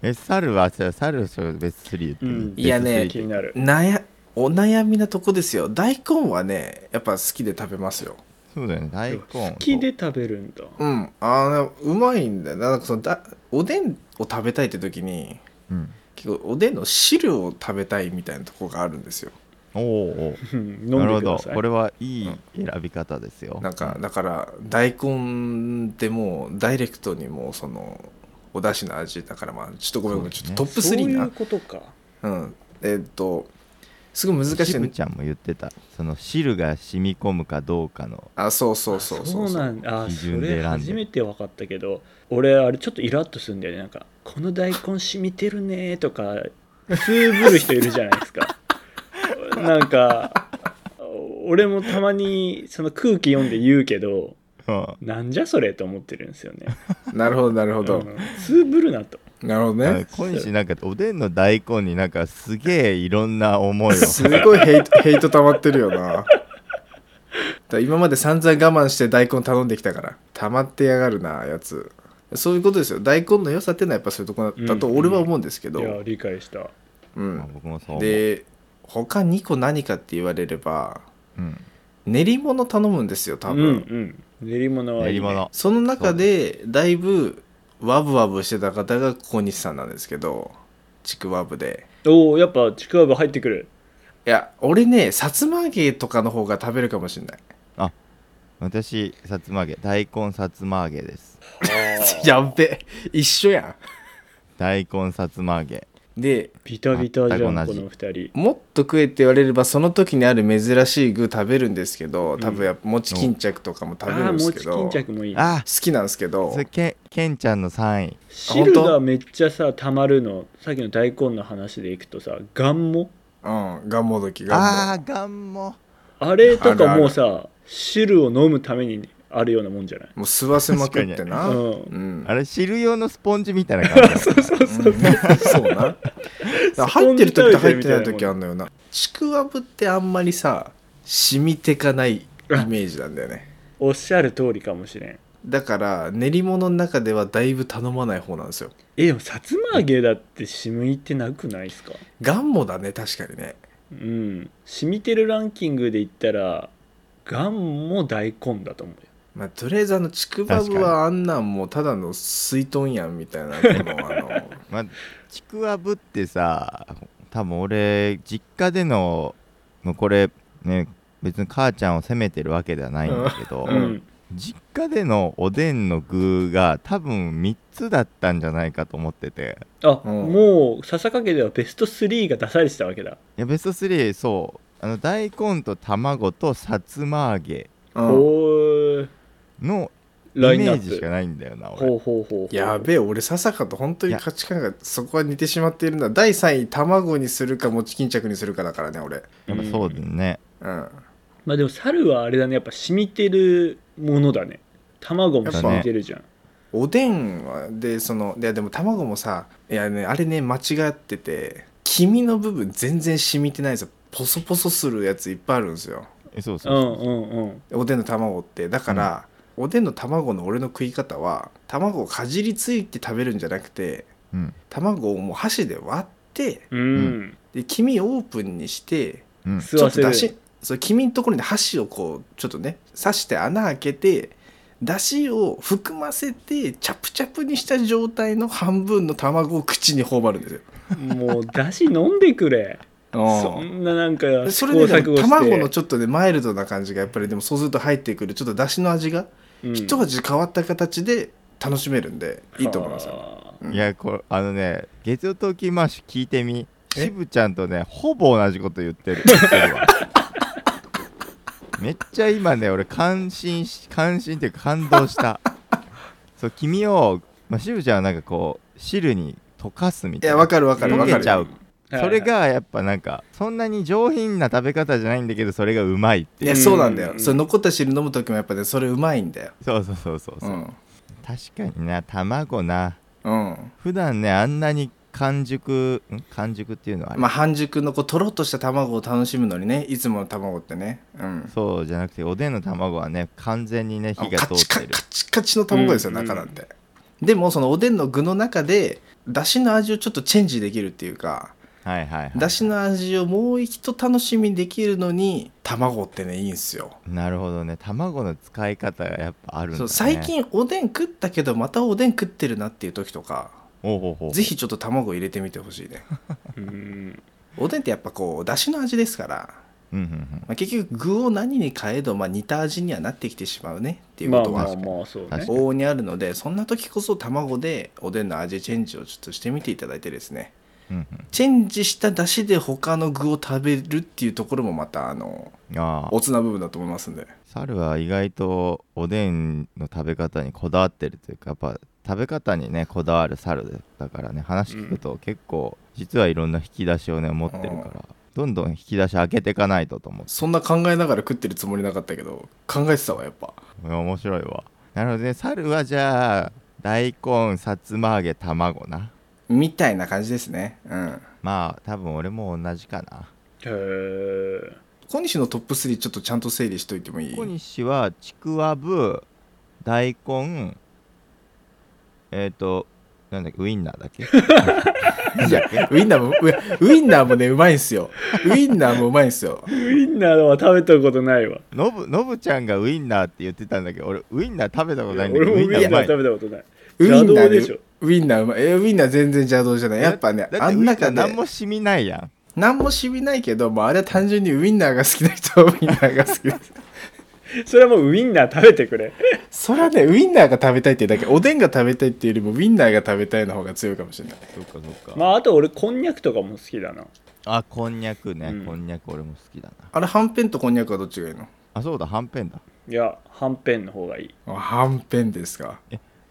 [SPEAKER 1] え猿はじゃあ猿それ別3言ってみ、
[SPEAKER 4] うん
[SPEAKER 1] 別
[SPEAKER 3] いやね
[SPEAKER 1] スリー
[SPEAKER 4] 気になる
[SPEAKER 3] うん、なやお悩みなとこですよ大根はねやっぱ好きで食べますよ
[SPEAKER 1] そうだよね大根
[SPEAKER 4] 好きで食べるんだ
[SPEAKER 3] うんあのうまいんだよななんかそのだおでんを食べたいって時に
[SPEAKER 1] うん
[SPEAKER 3] 結構おでんの汁を食べたいみたいなとこがあるんですよ
[SPEAKER 1] おお
[SPEAKER 4] うん飲
[SPEAKER 1] なるほ
[SPEAKER 4] んでくだ
[SPEAKER 1] ど
[SPEAKER 4] さい
[SPEAKER 1] これはいい選び方ですよ、
[SPEAKER 3] なんかだから大根ってもうダイレクトにもうそのお出汁の味だからまあちょっとごめんごめん、
[SPEAKER 1] そう
[SPEAKER 3] ち
[SPEAKER 1] です
[SPEAKER 3] ょ
[SPEAKER 1] ね
[SPEAKER 3] っとトップ
[SPEAKER 4] そう
[SPEAKER 3] 3
[SPEAKER 4] い
[SPEAKER 3] な
[SPEAKER 4] うことか
[SPEAKER 3] うんえっとすごい難しい
[SPEAKER 1] 渋
[SPEAKER 3] ね
[SPEAKER 1] ちゃんも言ってたその汁が染み込むかどうか の
[SPEAKER 3] あそうそうそう
[SPEAKER 4] そ
[SPEAKER 3] そう
[SPEAKER 4] う
[SPEAKER 3] そう
[SPEAKER 4] なんあ
[SPEAKER 1] 基
[SPEAKER 4] そ
[SPEAKER 1] 準で選ん
[SPEAKER 4] れ
[SPEAKER 1] で
[SPEAKER 4] 初めて分かったけど俺あれちょっとイラッとするんだよねなんか「この大根染みてるね」とかつぶる人いるじゃないです かなんか俺もたまにその空気読んで言うけど
[SPEAKER 1] うん
[SPEAKER 4] なんじゃそれと思ってるんですよね
[SPEAKER 3] なるほどなるほ
[SPEAKER 4] う
[SPEAKER 3] ど、
[SPEAKER 4] んつぶるなと
[SPEAKER 3] なるほど
[SPEAKER 1] あ
[SPEAKER 3] ね
[SPEAKER 1] 小西なんかおでんの大根になんかすげえいろんな思いを
[SPEAKER 3] すごいヘイトヘ イト溜まってるよなだから今まで散々我慢して大根頼んできたから溜まってやがるなやつそういうことですよ大根の良さってのはやっぱそういうとこだと俺は思うんですけ
[SPEAKER 4] い
[SPEAKER 3] ど、
[SPEAKER 4] や理解した
[SPEAKER 3] うん
[SPEAKER 1] あ僕もそう思う、
[SPEAKER 3] で他2個何かって言われれば
[SPEAKER 1] うん、
[SPEAKER 3] 練り物頼むんですよ多分、
[SPEAKER 4] うんうん練り物はい
[SPEAKER 1] 練
[SPEAKER 4] い、ね、
[SPEAKER 1] り物
[SPEAKER 3] その中でだいぶワブワブしてた方が小西さんなんですけどちくわぶで
[SPEAKER 4] おおやっぱちくわぶ入ってくる
[SPEAKER 3] いや俺ねさつま揚げとかの方が食べるかもしれない
[SPEAKER 1] 私さつま揚げ大根さつま揚げです
[SPEAKER 3] やっべ一緒や
[SPEAKER 1] 大根さつま揚げ
[SPEAKER 3] んで
[SPEAKER 4] ビタビタじゃん
[SPEAKER 1] 全く
[SPEAKER 4] こ
[SPEAKER 1] 同じ
[SPEAKER 4] の二人
[SPEAKER 3] もっと食えって言われればその時にある珍しい具食べるんですけど多分やっぱ餅巾着とかも食べ
[SPEAKER 4] あ
[SPEAKER 3] る
[SPEAKER 4] あ
[SPEAKER 3] んです
[SPEAKER 4] も
[SPEAKER 3] け
[SPEAKER 4] ち
[SPEAKER 3] ど、
[SPEAKER 4] 巾
[SPEAKER 3] 好
[SPEAKER 4] 着もいい
[SPEAKER 1] あ
[SPEAKER 3] きなんですけど
[SPEAKER 1] それけけんちゃんの3位
[SPEAKER 4] 汁がめっちゃさたまるのさっきの大根の話でいくとさがんも
[SPEAKER 3] うんがんもどきがんも
[SPEAKER 1] ああがんも
[SPEAKER 4] あれと
[SPEAKER 3] あるあ
[SPEAKER 4] か
[SPEAKER 3] る
[SPEAKER 4] もうさ汁を飲むためにあるようなもんじゃない
[SPEAKER 3] もう吸わせまくってな。
[SPEAKER 4] 確かに
[SPEAKER 3] うん
[SPEAKER 1] あれ汁用のスポンジみたいな感じ そうそう
[SPEAKER 3] うんそうな。 だから入ってる時と入ってない時あんのよな。ちくわぶってあんまりさ、染みてかないイメージなんだよね。
[SPEAKER 4] おっしゃる通りかもしれん
[SPEAKER 3] だから練り物の中ではだいぶ頼まない方なんですよ。
[SPEAKER 4] えでもさつま揚げだって染みてなくないですか
[SPEAKER 3] ガンモだね、確かにね。
[SPEAKER 4] うん染みてるランキングで言ったらがんも大根だと思うよ
[SPEAKER 3] まあ、とりあえずあのちくわぶ
[SPEAKER 1] 確か
[SPEAKER 3] はあんなんもうただの水豚やんみたいなこのあの
[SPEAKER 1] まあ、ちくわぶってさ多分俺実家でのもうこれね別に母ちゃんを責めてるわけではないんだけど、
[SPEAKER 3] うん
[SPEAKER 1] 実家でのおでんの具が多分3つだったんじゃないかと思ってて
[SPEAKER 4] あ、
[SPEAKER 3] うん
[SPEAKER 4] もう笹掛ではベスト3が出されてたわけだ、
[SPEAKER 1] いやベスト3そうあの大根と卵とさつま揚げ
[SPEAKER 4] お
[SPEAKER 3] う
[SPEAKER 4] お
[SPEAKER 3] ん
[SPEAKER 4] ー
[SPEAKER 1] のイメ
[SPEAKER 4] ラインナ
[SPEAKER 1] ージし
[SPEAKER 4] ッ
[SPEAKER 1] か
[SPEAKER 4] プ
[SPEAKER 1] ないんだよな
[SPEAKER 4] ほ
[SPEAKER 1] 俺
[SPEAKER 4] うほうほうほう
[SPEAKER 3] やべえ俺ささかと本当に価値観がそこは似てしまっているんだ第3位卵にするか餅巾着にするかだからね俺
[SPEAKER 1] やっぱそうだよね、
[SPEAKER 3] うん
[SPEAKER 4] まあでも猿はあれだねやっぱ染みてるものだね卵も染みてるじゃん、
[SPEAKER 3] おでんはでそのいやでも卵もさいやねあれね間違ってて黄身の部分全然染みてないんですよポソポソするやついっぱいあるんですよ
[SPEAKER 1] えそうそううそ
[SPEAKER 4] ん
[SPEAKER 1] う、
[SPEAKER 4] うんうん
[SPEAKER 3] おでんの卵ってだから、おでんの卵の俺の食い方は卵をかじりついて食べるんじゃなくて
[SPEAKER 1] うん
[SPEAKER 3] 卵をもう箸で割って
[SPEAKER 4] うん、
[SPEAKER 3] で黄身オープンにして
[SPEAKER 1] うん、
[SPEAKER 4] 吸
[SPEAKER 3] ちょ
[SPEAKER 4] わ
[SPEAKER 3] っと
[SPEAKER 4] せる
[SPEAKER 3] 出しそう黄身のところに箸をこうちょっとね刺して穴開けて出汁を含ませてチャプチャプにした状態の半分の卵を口に頬張るんですよ
[SPEAKER 4] もうだし飲んでくれそんななんか試
[SPEAKER 3] そ
[SPEAKER 4] 行
[SPEAKER 3] れでね
[SPEAKER 4] 錯誤して
[SPEAKER 3] 卵のちょっとねマイルドな感じがやっぱりでもそうすると入ってくるちょっと出汁の味が一味変わった形で楽しめるんでいいと思いますよ
[SPEAKER 4] よ
[SPEAKER 3] うん
[SPEAKER 1] いやこれあのね月曜トーキーマッシュ聞いてみ
[SPEAKER 3] え
[SPEAKER 1] しぶちゃんとねほぼ同じこと言 ってる言ってるわめっちゃ今ね俺感心し感心っていうか感動した そう君を、まあ、しぶちゃんはなんかこう汁に溶かすみ
[SPEAKER 3] い
[SPEAKER 1] たい
[SPEAKER 3] や
[SPEAKER 1] な
[SPEAKER 3] わかるわかるわ
[SPEAKER 1] 溶
[SPEAKER 3] か
[SPEAKER 1] け
[SPEAKER 3] る
[SPEAKER 1] ちゃうそれがやっぱなんかそんなに上品な食べ方じゃないんだけどそれがうまいって
[SPEAKER 3] い
[SPEAKER 1] いう
[SPEAKER 3] やそうなんだよ、
[SPEAKER 4] うん
[SPEAKER 3] それ残った汁飲む時もやっぱねそれうまいんだよ
[SPEAKER 1] そうそうそうそうそううん確かにな卵な
[SPEAKER 3] うん
[SPEAKER 1] 普段ねあんなに完熟ん完熟っていうのはあれ
[SPEAKER 3] まあ半熟のこうとろっとした卵を楽しむのにねいつもの卵ってねうん
[SPEAKER 1] そうじゃなくておでんの卵はね完全にね火が
[SPEAKER 3] カ
[SPEAKER 1] 通
[SPEAKER 3] チカ
[SPEAKER 1] って
[SPEAKER 3] チ
[SPEAKER 1] る
[SPEAKER 3] カチカチの卵ですよ
[SPEAKER 4] うんうん
[SPEAKER 3] 中なんてでもそのおでんの具の中でだしの味をちょっとチェンジできるっていうか
[SPEAKER 1] はいはいは
[SPEAKER 3] だしの味をもう一度楽しみできるのに卵ってねいいんすよ、
[SPEAKER 1] いなるほどね卵の使い方がやっぱあるんだ、ね、
[SPEAKER 3] そう最近おでん食ったけどまたおでん食ってるなっていう時とか
[SPEAKER 1] おうほうほう
[SPEAKER 3] ぜひちょっと卵入れてみてほしいね
[SPEAKER 4] うん
[SPEAKER 3] おでんってやっぱこうだしの味ですから、
[SPEAKER 1] うんうんうん
[SPEAKER 3] まあ、結局具を何に変えど、まあ、似た味にはなってきてしまうねっていう
[SPEAKER 4] ま
[SPEAKER 3] こ
[SPEAKER 4] あ
[SPEAKER 3] と
[SPEAKER 4] ま
[SPEAKER 3] は
[SPEAKER 4] あまあそうね
[SPEAKER 1] 確か
[SPEAKER 3] 往々にあるのでそんな時こそ卵でおでんの味チェンジをちょっとしてみていただいてですね
[SPEAKER 1] うん
[SPEAKER 3] チェンジしただしで他の具を食べるっていうところもまたあの
[SPEAKER 1] うんああ
[SPEAKER 3] おつな部分だと思いますんで
[SPEAKER 1] 猿は意外とおでんの食べ方にこだわってるというかやっぱ食べ方にねこだわる猿だからね話聞くと結構実はいろんな引き出しをね持ってるから、どんどん引き出し開けていかないとと思って
[SPEAKER 3] そんな考えながら食ってるつもりなかったけど考えてたわやっぱ
[SPEAKER 1] 面白いわなるほどね猿はじゃあ大根さつま揚げ卵な
[SPEAKER 3] みたいな感じですねうん
[SPEAKER 1] まあ多分俺も同じかな
[SPEAKER 4] へー
[SPEAKER 3] 小西のトップ3ちょっとちゃんと整理しといてもいい
[SPEAKER 1] 小西はちくわぶ大根えっ、となんだっけウインナー だっけなんだっけ
[SPEAKER 3] ウインナーもウウインナーもねうまいんすよウインナーもうまいんすよ
[SPEAKER 4] ウインナーは食べたことないわ
[SPEAKER 1] ノブノブちゃんがウインナーって言ってたんだけど俺ウインナー食べたことないんだけ
[SPEAKER 4] 俺
[SPEAKER 1] ど
[SPEAKER 4] もウイン
[SPEAKER 1] う
[SPEAKER 4] ナ
[SPEAKER 1] ま
[SPEAKER 4] ー
[SPEAKER 1] い
[SPEAKER 4] 食べたことない
[SPEAKER 3] ウインナ
[SPEAKER 4] 邪道
[SPEAKER 3] ーで
[SPEAKER 4] でしょ
[SPEAKER 3] ウインナーうまいえウインナー全然邪道じゃないやっぱね
[SPEAKER 1] だ
[SPEAKER 3] あ
[SPEAKER 1] って
[SPEAKER 3] ん
[SPEAKER 1] ウインナ
[SPEAKER 3] 中
[SPEAKER 1] ー
[SPEAKER 3] で
[SPEAKER 1] 何もしみないやん
[SPEAKER 3] 何もしみないけどもうあれは単純にウインナーが好きな人はウインナーが好きです
[SPEAKER 4] それはもうウインナー食べてくれ
[SPEAKER 3] それはねウインナーが食べたいっていうだけおでんが食べたいっていうよりもウインナーが食べたいの方が強いかもしれない
[SPEAKER 1] そっかそっか、
[SPEAKER 4] まああと俺こんにゃくとかも好きだな
[SPEAKER 1] あこんにゃくね、
[SPEAKER 4] うん
[SPEAKER 1] こんにゃく俺も好きだな
[SPEAKER 3] あれはんぺんとこんにゃくはどっちがいいの
[SPEAKER 1] あそうだはんぺんだ
[SPEAKER 4] いやはんぺんの方がいい
[SPEAKER 3] あはんぺんですか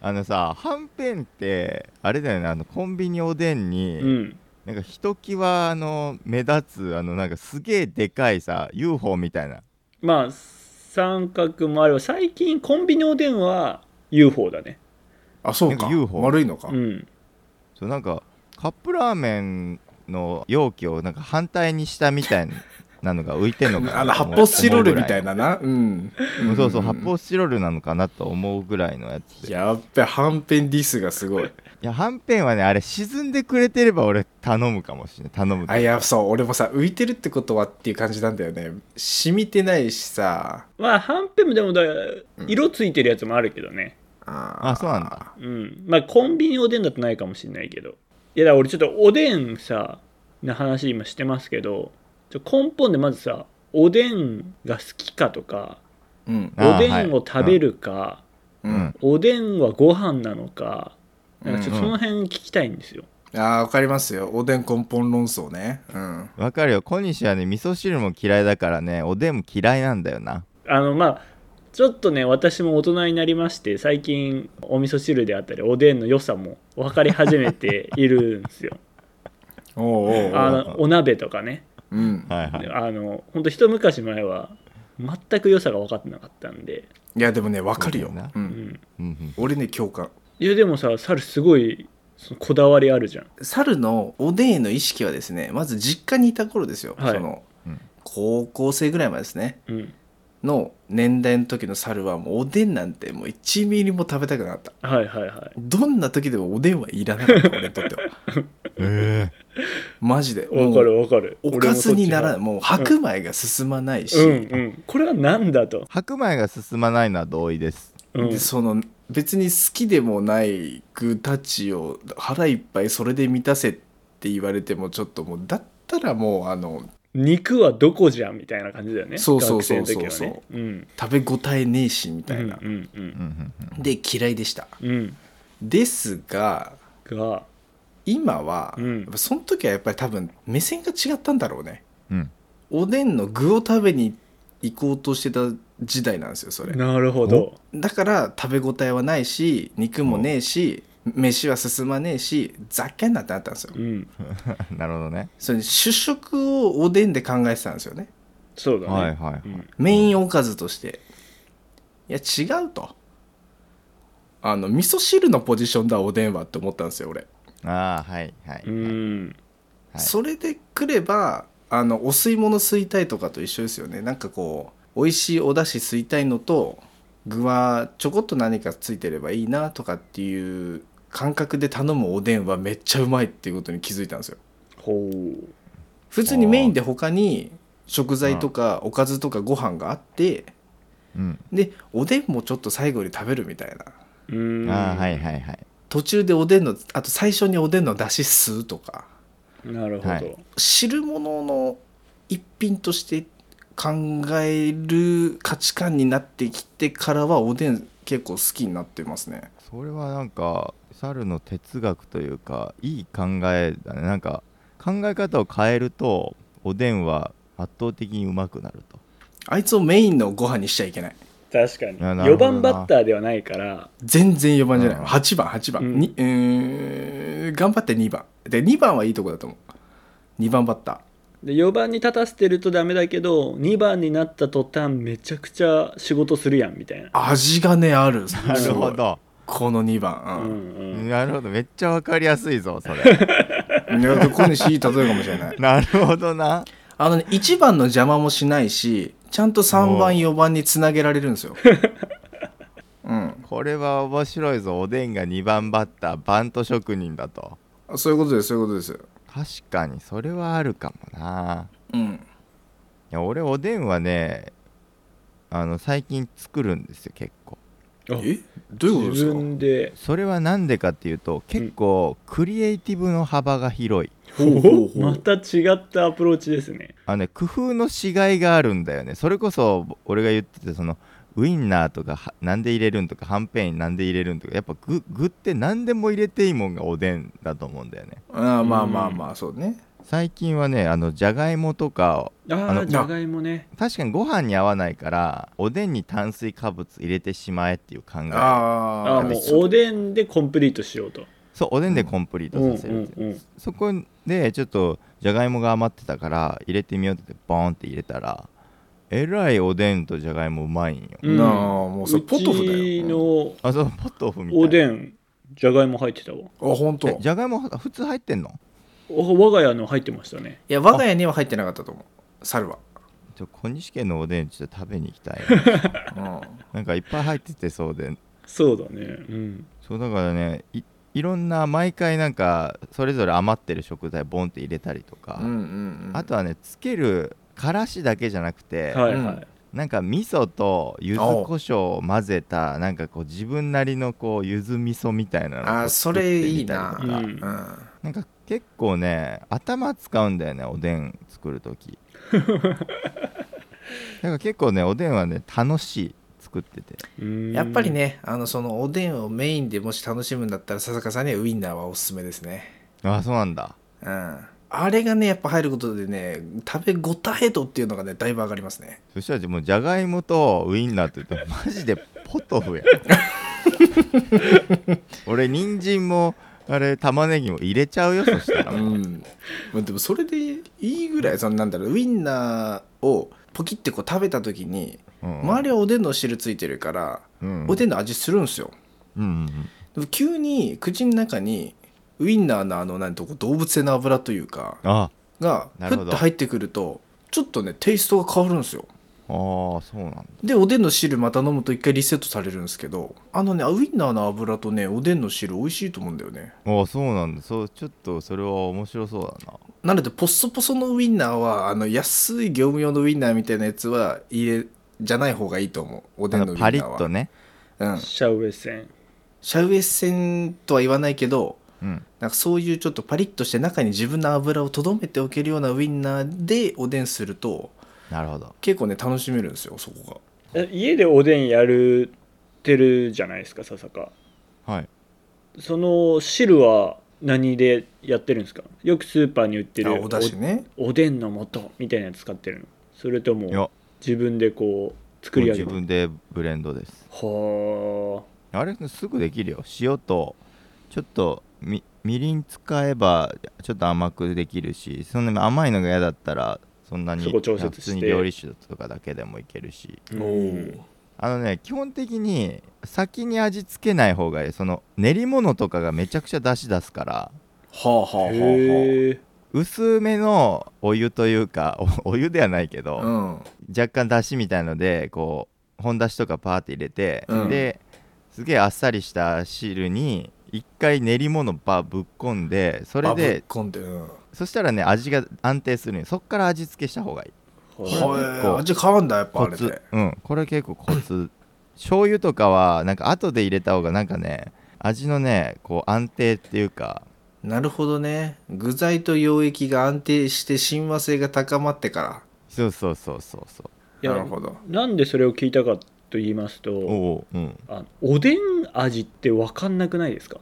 [SPEAKER 1] あのさはんぺんってあれだよねあのコンビニおでんに、
[SPEAKER 4] うん
[SPEAKER 1] なんかひときわあの目立つあのなんかすげえでかいさ UFO みたいな
[SPEAKER 4] まあ三角もあれば最近コンビニおでんは UFO だね
[SPEAKER 3] あそう
[SPEAKER 1] な
[SPEAKER 3] か
[SPEAKER 1] んか UFO
[SPEAKER 3] 丸いのか、
[SPEAKER 4] うん
[SPEAKER 1] そうなんかカップラーメンの容器をなんか反対にしたみたいなのが浮いてんのかな
[SPEAKER 3] あの発泡スチロールみたい
[SPEAKER 1] な
[SPEAKER 3] ななうん
[SPEAKER 1] そうそう発泡スチロールなのかなと思うぐらいのやつでい
[SPEAKER 3] やっべはんぺんディスがす ごい
[SPEAKER 1] やはんぺんはねあれ沈んでくれてれば俺頼むかもしれない頼むと
[SPEAKER 3] あいやそう俺もさ浮いてるってことはっていう感じなんだよね染みてないしさ
[SPEAKER 4] まあはんぺんもでもだ色ついてるやつもあるけどね
[SPEAKER 3] あー
[SPEAKER 1] あそうなんだ
[SPEAKER 4] うんまあコンビニおでんだとないかもしれないけどいやだから俺ちょっとおでんさな話今してますけどちょ根本でまずさおでんが好きかとか
[SPEAKER 3] うん
[SPEAKER 1] あー
[SPEAKER 4] おでんを食べるか、
[SPEAKER 3] う
[SPEAKER 1] うんん
[SPEAKER 4] おでんはご飯なのかなんかちょっと
[SPEAKER 1] うん
[SPEAKER 4] そ
[SPEAKER 1] うん
[SPEAKER 4] の辺聞きたいんですよ、
[SPEAKER 3] あーわかりますよおでん根本論争ねうん
[SPEAKER 1] わかるよ小西はね味噌汁も嫌いだからねおでんも嫌いなんだよな
[SPEAKER 4] あのまあちょっとね私も大人になりまして最近お味噌汁であったりおでんの良さも分かり始めているんですよ
[SPEAKER 3] おう おうお
[SPEAKER 4] あ
[SPEAKER 3] う
[SPEAKER 4] のお鍋とかね
[SPEAKER 3] うん
[SPEAKER 1] はいはい
[SPEAKER 4] あの本当一昔前は全く良さが分かってなかったんで、
[SPEAKER 3] いやでもねわかるよ
[SPEAKER 1] そうだよな
[SPEAKER 3] う
[SPEAKER 4] うんん、
[SPEAKER 1] うんうん
[SPEAKER 3] 俺ね共感
[SPEAKER 4] いやでもさ猿すごいそのこだわりあるじゃん
[SPEAKER 3] 猿のおでんへの意識はですねまず実家にいた頃ですよ、
[SPEAKER 4] はい
[SPEAKER 3] その
[SPEAKER 1] うん
[SPEAKER 3] 高校生ぐらいまでですね
[SPEAKER 4] うん
[SPEAKER 3] の年代の時の猿はもうおでんなんてもう1ミリも食べたくなかった
[SPEAKER 4] はいはいはい
[SPEAKER 3] どんな時でもおでんはいらなかった俺にとっては
[SPEAKER 1] え
[SPEAKER 3] マジで
[SPEAKER 4] 分
[SPEAKER 3] もう
[SPEAKER 4] かる分かる
[SPEAKER 3] おかずにならない
[SPEAKER 4] い
[SPEAKER 3] もう白米が進まないし、
[SPEAKER 4] うんうんこれは何だと
[SPEAKER 1] 白米が進まないのは同意です
[SPEAKER 4] うん
[SPEAKER 3] でその別に好きでもない具たちを腹いっぱいそれで満たせって言われてもちょっともうだったらもうあの
[SPEAKER 4] 肉はどこじゃんみたいな感じだよね
[SPEAKER 3] そうそう
[SPEAKER 4] 学生
[SPEAKER 3] そ
[SPEAKER 4] の
[SPEAKER 3] うそう
[SPEAKER 4] 時はねうん
[SPEAKER 3] 食べ応えねえしみたいな
[SPEAKER 4] う、んうん
[SPEAKER 1] うん
[SPEAKER 3] で嫌いでした
[SPEAKER 4] うん
[SPEAKER 3] ですが
[SPEAKER 4] うんが
[SPEAKER 3] 今は、
[SPEAKER 4] うん
[SPEAKER 3] やっぱその時はやっぱり多分目線が違ったんだろうね
[SPEAKER 1] うんうん
[SPEAKER 3] おでんの具を食べに行こうとしてた時代なんですよそれ
[SPEAKER 4] なるほど
[SPEAKER 3] だから食べ応えはないし肉もねえし飯は進まねえし雑貨になってなったんですよ
[SPEAKER 4] うん
[SPEAKER 1] うん なるほどね
[SPEAKER 3] それ主食をおでんで考えてたんですよね
[SPEAKER 4] そうだね
[SPEAKER 1] はいはいはい
[SPEAKER 4] うん
[SPEAKER 3] メインおかずとしていや違うとあの味噌汁のポジションだおでんはって思ったんですよ俺、
[SPEAKER 1] ああはいはい、はい
[SPEAKER 4] うん
[SPEAKER 1] はい
[SPEAKER 3] それで来ればあのお吸い物吸いたいとかと一緒ですよねなんかこう美味しいお出汁吸いたいのと具はちょこっと何かついてればいいなとかっていう感覚で頼むおでんはめっちゃうまいっていうことに気づいたんですよ
[SPEAKER 4] ほう
[SPEAKER 3] 普通にメインで他に食材とかおかずとかご飯があって
[SPEAKER 1] うん
[SPEAKER 3] でおでんもちょっと最後に食べるみたいな
[SPEAKER 4] うん
[SPEAKER 1] ああはいはいはい
[SPEAKER 3] 途中でおでんのあと最初におでんの出汁吸うとか
[SPEAKER 4] なるほど、
[SPEAKER 1] はい
[SPEAKER 3] 汁物の一品として考える価値観になってきてからはおでん結構好きになってますね
[SPEAKER 1] それはなんか猿の哲学というかいい考えだねなんか考え方を変えるとおでんは圧倒的にうまくなると
[SPEAKER 3] あいつをメインのご飯にしちゃいけない
[SPEAKER 4] 確かに
[SPEAKER 1] やなる
[SPEAKER 4] 4
[SPEAKER 1] ほどな
[SPEAKER 4] 番バッターではないから
[SPEAKER 3] 全然4番じゃない、
[SPEAKER 1] うん
[SPEAKER 3] 8番8番、
[SPEAKER 4] うん
[SPEAKER 3] にうーん頑張って2番で2番はいいとこだと思う2番バッター
[SPEAKER 4] で4番に立たせてるとダメだけど2番になった途端めちゃくちゃ仕事するやんみたいな
[SPEAKER 3] 味がねある
[SPEAKER 1] なるほど、
[SPEAKER 3] この2
[SPEAKER 4] う
[SPEAKER 3] 番、うん
[SPEAKER 4] ん
[SPEAKER 1] なるほどめっちゃわかりやすいぞそ れ
[SPEAKER 3] いやこにしいい例えかもしれない
[SPEAKER 1] なるほどな
[SPEAKER 3] あのね1番の邪魔もしないしちゃんと3番4番につなげられるんですようん
[SPEAKER 1] これは面白いぞおでんが2番バッターバント職人だと
[SPEAKER 3] そういうことですそういうことです
[SPEAKER 1] 確かにそれはあるかもな
[SPEAKER 3] うん
[SPEAKER 1] いや俺おでんはねあの最近作るんですよ結構
[SPEAKER 4] うんあ
[SPEAKER 3] えどういうことです
[SPEAKER 4] 自
[SPEAKER 3] か
[SPEAKER 4] 分で
[SPEAKER 1] それは何でかっていうと結構クリエイティブの幅が広い
[SPEAKER 3] ほうほうほう
[SPEAKER 4] また違ったアプローチですね
[SPEAKER 1] あのね工夫のしがいがあるんだよねそれこそ俺が言ってたそのウインナーとかはなんで入れるんとかはんぺんなんで入れるんとかやっぱ具具って何でも入れていいもんがおでんだと思うんだよね
[SPEAKER 3] あーまあまあまあそうね
[SPEAKER 1] 最近はねあのじゃがいもとかあ
[SPEAKER 4] ああ
[SPEAKER 1] の
[SPEAKER 4] じゃがいもね
[SPEAKER 1] 確かにご飯に合わないからおでんに炭水化物入れてしまえっていう考え
[SPEAKER 3] あ
[SPEAKER 4] あ
[SPEAKER 3] あ
[SPEAKER 4] あもうおでんでコンプリートしようと
[SPEAKER 1] そうおでんでコンプリー
[SPEAKER 4] うん
[SPEAKER 1] トさせ
[SPEAKER 4] う
[SPEAKER 1] るっていうん
[SPEAKER 4] うん
[SPEAKER 1] そこでちょっとじゃがいもが余ってたから入れてみようってボーンって入れたらえらいおでんとじゃがいもうまいんよ、
[SPEAKER 4] うん
[SPEAKER 3] なあもうそれポトフだよ
[SPEAKER 4] うちの
[SPEAKER 1] あそうポトフみたいな
[SPEAKER 4] おでんじゃがいも入ってたわ
[SPEAKER 3] あ本当い
[SPEAKER 1] えじゃがいもは普通入ってんの
[SPEAKER 4] お我が家の入ってましたね
[SPEAKER 3] や我が家には入ってなかったと思う猿は、
[SPEAKER 1] ちょ小西家のおでんちょっと食べに行きたい
[SPEAKER 3] うん、
[SPEAKER 1] なんかいっぱい入っててそうで
[SPEAKER 4] そうだねうん
[SPEAKER 1] そうだからねいいろんな毎回なんかそれぞれ余ってる食材ボンって入れたりとか、
[SPEAKER 3] うんうんうん
[SPEAKER 1] あとはねつけるからしだけじゃなくて、
[SPEAKER 4] はいはい
[SPEAKER 1] なんか味噌と柚子胡椒を混ぜたなんかこう自分なりのこう柚子味噌みたいなのを
[SPEAKER 3] あーそ
[SPEAKER 1] 作って
[SPEAKER 3] れいい
[SPEAKER 1] みた
[SPEAKER 3] な、
[SPEAKER 1] り
[SPEAKER 3] う
[SPEAKER 1] とか
[SPEAKER 4] うん
[SPEAKER 3] ん、
[SPEAKER 1] なんか結構ね頭使うんだよねおでん作る 時なんか結構ねおでんはね楽しい作ってて
[SPEAKER 4] うん
[SPEAKER 3] やっぱりねあのそのおでんをメインでもし楽しむんだったら笹香さんにはウインナーはおすすめですね
[SPEAKER 1] あそうなんだ
[SPEAKER 3] うんあれがねやっぱ入ることでね食べ応え度っていうのがねだいぶ上がりますね
[SPEAKER 1] そしたらもうじゃがいもとウインナーって言うとマジでポトフや 俺人参もあれ玉ねぎも入れちゃうよそしたら
[SPEAKER 3] うんまあでもそれでいいぐらいそのなんだろうウインナーをポキってこう食べた時に周りはおでんの汁ついてるからおで
[SPEAKER 1] ん
[SPEAKER 3] んの味するんですよ
[SPEAKER 1] うんうん
[SPEAKER 3] でも急に口の中にウインナーのあのなんとこう動物性の油というか
[SPEAKER 1] あ
[SPEAKER 3] が
[SPEAKER 1] な
[SPEAKER 3] ふ
[SPEAKER 1] るほ
[SPEAKER 3] っ
[SPEAKER 1] ど
[SPEAKER 3] と入ってくるとちょっとねテイストが変わるんですよ
[SPEAKER 1] あーそうなんだ
[SPEAKER 3] でおでんの汁また飲むと一回リセットされるんですけどあのねウインナーの油とねおでんの汁美味しいと思うんだよね
[SPEAKER 1] ああそうなんだそうちょっとそれは面白そうだな
[SPEAKER 3] なのでポッソポソのウインナーはあの安い業務用のウインナーみたいなやつは入れじゃない方がいいと思うおで
[SPEAKER 1] あ
[SPEAKER 3] んの
[SPEAKER 1] の
[SPEAKER 3] ウインナ
[SPEAKER 1] パ
[SPEAKER 3] ー
[SPEAKER 1] リ
[SPEAKER 3] は
[SPEAKER 1] ッとね
[SPEAKER 3] うん、
[SPEAKER 4] シャウエッセン
[SPEAKER 3] シャウエッセンとは言わないけど
[SPEAKER 1] うん
[SPEAKER 3] なんかそういうちょっとパリッとして中に自分の油をとどめておけるようなウインナーでおでんすると
[SPEAKER 1] なるほど
[SPEAKER 3] 結構ね楽しめるんですよそこが
[SPEAKER 4] え家でおでんやるてるじゃないですか笹か
[SPEAKER 1] はい
[SPEAKER 4] その汁は何でやってるんですかよくスーパーに売ってる
[SPEAKER 3] あお出汁ね
[SPEAKER 4] おおでんの素みたいなやつ使ってるのそれと
[SPEAKER 1] いや
[SPEAKER 4] も自分でこう作
[SPEAKER 1] もう
[SPEAKER 4] り
[SPEAKER 1] 自
[SPEAKER 4] 上げる
[SPEAKER 1] 分でブレンドです
[SPEAKER 4] は
[SPEAKER 1] あれすぐできるよ塩とちょっとみみりん使えばちょっと甘くできるしそんな甘いのが嫌だったらそんなに
[SPEAKER 4] そこ調節し
[SPEAKER 1] 普
[SPEAKER 4] て
[SPEAKER 1] 通に料理酒とかだけでもいけるし
[SPEAKER 4] あ
[SPEAKER 1] あのね基本的に先に味付けない方がいいその練り物とかがめちゃくちゃ出汁出すから
[SPEAKER 3] はあはあはあは
[SPEAKER 4] へえ
[SPEAKER 1] 薄めのお湯というか おお湯ではないけど、
[SPEAKER 3] あ
[SPEAKER 1] 若干出汁みたいのでこう本出汁とかパーって入れて、
[SPEAKER 3] うん
[SPEAKER 1] ですげえあっさりした汁に一回練り物ばぶっ込んでそ
[SPEAKER 3] そ
[SPEAKER 1] れで
[SPEAKER 3] 込んで、うん、
[SPEAKER 1] そしたらね味が安定するのよそっから味付けした方がいい
[SPEAKER 4] は
[SPEAKER 1] れ結構
[SPEAKER 3] はあ味変わんだやっぱあ
[SPEAKER 1] コ
[SPEAKER 3] れ
[SPEAKER 1] ツ
[SPEAKER 3] で
[SPEAKER 1] うんこれ結構コツ醤油とかはなんか後で入れた方がなんかね味のねこう安定っていうか
[SPEAKER 3] なるほどね具材と溶液が安定して親和性が高まってか
[SPEAKER 1] そうそうそうそうそ
[SPEAKER 4] い
[SPEAKER 3] ら
[SPEAKER 4] や
[SPEAKER 3] なるほど
[SPEAKER 4] なんでそれを聞いたかと言います
[SPEAKER 1] う
[SPEAKER 4] と
[SPEAKER 1] おううん
[SPEAKER 4] あのおでん味って分かんなくないですか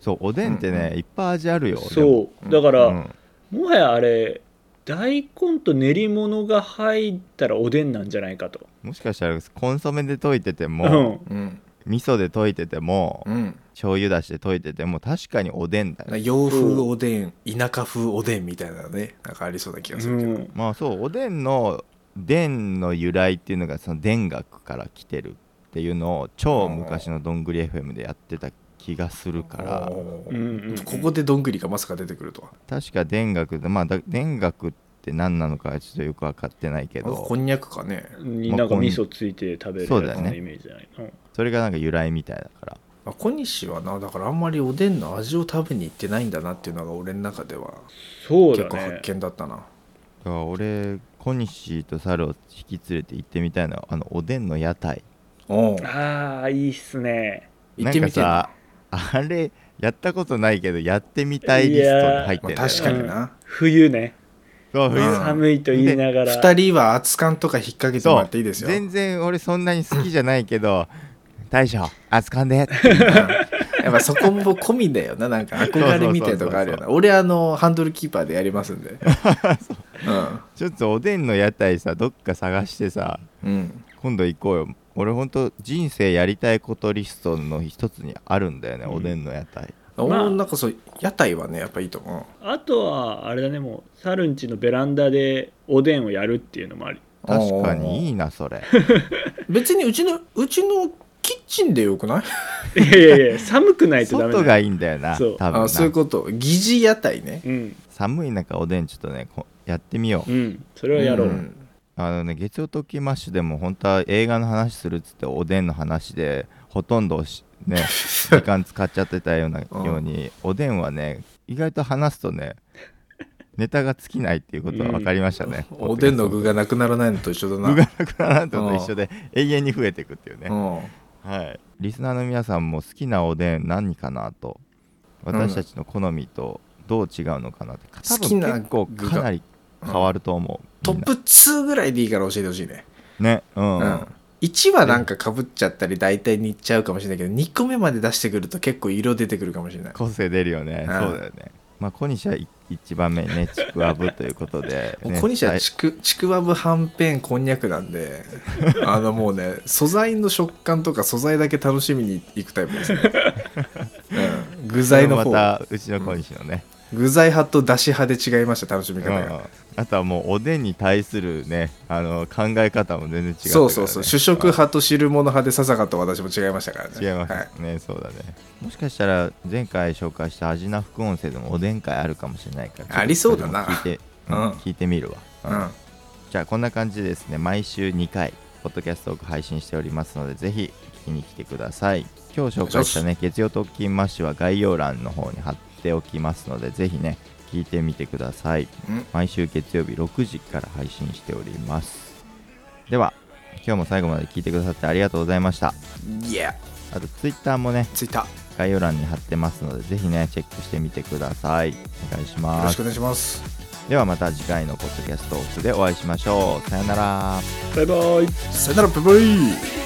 [SPEAKER 1] そうおでんってね、
[SPEAKER 3] うんう
[SPEAKER 1] いっぱい味あるよ
[SPEAKER 4] そうだ
[SPEAKER 1] だ
[SPEAKER 4] から、
[SPEAKER 1] うん、
[SPEAKER 4] もはやあれ大根と練り物が入ったらおでんなんじゃないかと
[SPEAKER 1] もしかしたらコンソメで溶いてて
[SPEAKER 4] う
[SPEAKER 1] も、
[SPEAKER 4] ん
[SPEAKER 3] うん
[SPEAKER 1] 味噌で溶いてても、
[SPEAKER 3] うん
[SPEAKER 1] 醤油だしで溶いてても確かにおでんだよ、ね、
[SPEAKER 3] 洋風おでん田舎風おでんみたいなのねなんかありそうな気がす
[SPEAKER 4] う
[SPEAKER 3] るけど、
[SPEAKER 4] ん
[SPEAKER 1] まあそうおでんの「でん」の由来っていうのがその田楽から来てるっていうのを超昔のどんぐり FM でやってた気がするから
[SPEAKER 3] おー
[SPEAKER 4] うんうんうん
[SPEAKER 3] ここでどんぐりがまさか出てくるとは
[SPEAKER 1] 確か田楽でまあだ田楽って何なのかちょっとよく分かってないけ
[SPEAKER 3] なんかこ
[SPEAKER 1] ど
[SPEAKER 3] んにゃくかね
[SPEAKER 4] になんか味噌ついて食べる
[SPEAKER 1] そう
[SPEAKER 4] や
[SPEAKER 1] だ
[SPEAKER 4] つ
[SPEAKER 1] よ
[SPEAKER 4] の
[SPEAKER 1] ね
[SPEAKER 4] イメージじゃないの、
[SPEAKER 1] それがなんか由来みたいだから
[SPEAKER 3] まあ小西はなだからあんまりおでんの味を食べに行ってないんだなっていうのが俺の中では
[SPEAKER 4] そう
[SPEAKER 3] 結
[SPEAKER 4] だ
[SPEAKER 3] 構
[SPEAKER 4] ね
[SPEAKER 3] 発見だったな、
[SPEAKER 1] だから俺小西と猿を引き連れて行ってみたいのはあのおでんの屋台
[SPEAKER 3] おう
[SPEAKER 4] ああいいっすね
[SPEAKER 3] 行ってみてん
[SPEAKER 1] なん
[SPEAKER 3] な
[SPEAKER 1] かさあれやったことないけどやってみたいリストに入って
[SPEAKER 3] まあ、
[SPEAKER 1] る、
[SPEAKER 3] 確かにな、
[SPEAKER 4] 冬ね
[SPEAKER 1] そう
[SPEAKER 3] うん
[SPEAKER 4] 寒いと言いながら
[SPEAKER 3] 二人は熱燗とか引っ掛けてもらっていいですよ
[SPEAKER 1] 全然俺そんなに好きじゃないけど大将扱んで
[SPEAKER 3] やっぱそこも込みだよななんか憧れみたいなとこあるよ
[SPEAKER 1] そうそうそう
[SPEAKER 3] な俺あのハンドルキーパーでやりますんでうん
[SPEAKER 1] ちょっとおでんの屋台さどっか探してさ
[SPEAKER 3] うん
[SPEAKER 1] 今度行こうよ俺ほんと人生やりたいことリストの一つにあるんだよね、
[SPEAKER 4] うん
[SPEAKER 1] おでんの屋台
[SPEAKER 3] 俺もなんかそう屋台はねやっぱいいと思
[SPEAKER 4] あとはあれだねもうサルンチのベランダでおでんをやるっていうのもあり
[SPEAKER 3] う
[SPEAKER 1] 確かにい
[SPEAKER 3] い
[SPEAKER 1] いなそれ
[SPEAKER 3] 別にうちのうちのキッチンでよくない
[SPEAKER 4] いやいやいや寒くないとダメだ
[SPEAKER 1] 外
[SPEAKER 4] よ
[SPEAKER 1] がいいんだよな
[SPEAKER 4] そう
[SPEAKER 1] 多分
[SPEAKER 3] あ
[SPEAKER 1] な
[SPEAKER 3] そういうこと疑似屋台ね
[SPEAKER 4] うん
[SPEAKER 1] 寒い中おでんちょっとねこやってみよう、
[SPEAKER 4] うんそれはやろう、
[SPEAKER 3] ん
[SPEAKER 1] あのね月曜ときマッシュでも本当は映画の話するっつっておでんの話でほとんどし ね時間使っちゃってたような
[SPEAKER 3] うん
[SPEAKER 1] ようにおでんはね意外と話すとねネタが尽きないっていうことが分かりましたね、
[SPEAKER 3] おでんの具がなくならないのと一緒だな
[SPEAKER 1] 具がなくならんとと一緒で永遠に増えていくっていうね、
[SPEAKER 3] うん
[SPEAKER 1] はいリスナーの皆さんも好きなおでん何かなと私たちの好みとどう違うのかなって、多
[SPEAKER 3] 好き
[SPEAKER 1] 分
[SPEAKER 3] な
[SPEAKER 1] 結構
[SPEAKER 3] 具が
[SPEAKER 1] かなり変わると思う、
[SPEAKER 3] ト
[SPEAKER 1] みん
[SPEAKER 3] ッ
[SPEAKER 1] な
[SPEAKER 3] プ2ぐらいでいいから教えてほしいね
[SPEAKER 1] ねうん、
[SPEAKER 3] うん1はなんかかぶっちゃったり大体似っちゃうかもしれないけど2個目まで出してくると結構色出てくるかもしれない
[SPEAKER 1] 個性出るよね、
[SPEAKER 3] うん
[SPEAKER 1] そうだよねまあ小西は1番目 ねちくわぶということで、
[SPEAKER 3] もう
[SPEAKER 1] ね、
[SPEAKER 3] 小西はちくちくわぶはんぺんこんにゃくな んであのもうね素材の食感とか素材だけ楽しみにいくタイプ ですね、うん、具材の
[SPEAKER 1] ま
[SPEAKER 3] 方
[SPEAKER 1] たうちの小西のね、
[SPEAKER 3] 具材派とだし派で違いました楽しみ
[SPEAKER 1] う
[SPEAKER 3] 方
[SPEAKER 1] ん
[SPEAKER 3] が、
[SPEAKER 1] あとはもうおでんに対するねあの考え方も全然違う、
[SPEAKER 3] そうそうそう主食
[SPEAKER 1] 違
[SPEAKER 3] 派と汁物派でささかと私も違いましたからね
[SPEAKER 1] いま
[SPEAKER 3] はい
[SPEAKER 1] すね、そうだねもしかしたら前回紹介した味な副音声でもおでん会あるかもしれないからちょっと
[SPEAKER 3] ありそうだな
[SPEAKER 1] れも聞いて、うん
[SPEAKER 3] うん
[SPEAKER 1] 聞いてみるわ、
[SPEAKER 3] う
[SPEAKER 1] うん
[SPEAKER 3] ん
[SPEAKER 1] じゃあこんな感じでですね毎週2回ポッドキャストを配信しておりますのでぜひ聞きに来てください今日紹介したね月曜特勤マッシュは概要欄の方に貼っておきますのでぜひね聞いてみてください
[SPEAKER 3] うん
[SPEAKER 1] 毎週月曜日6時から配信しておりますでは今日も最後まで聞いてくださってありがとうございました
[SPEAKER 3] いや、
[SPEAKER 1] あとツイッターもね
[SPEAKER 3] ツイッターよ
[SPEAKER 1] 概要欄に貼ってますのでぜひねチェックしてみてくださいお願いしま
[SPEAKER 3] ろしく
[SPEAKER 1] す
[SPEAKER 3] お願いします
[SPEAKER 1] ではまた次回のポッドキャストオフでお会いしましょうさよなら
[SPEAKER 4] バイバイ
[SPEAKER 3] さよならバイバイ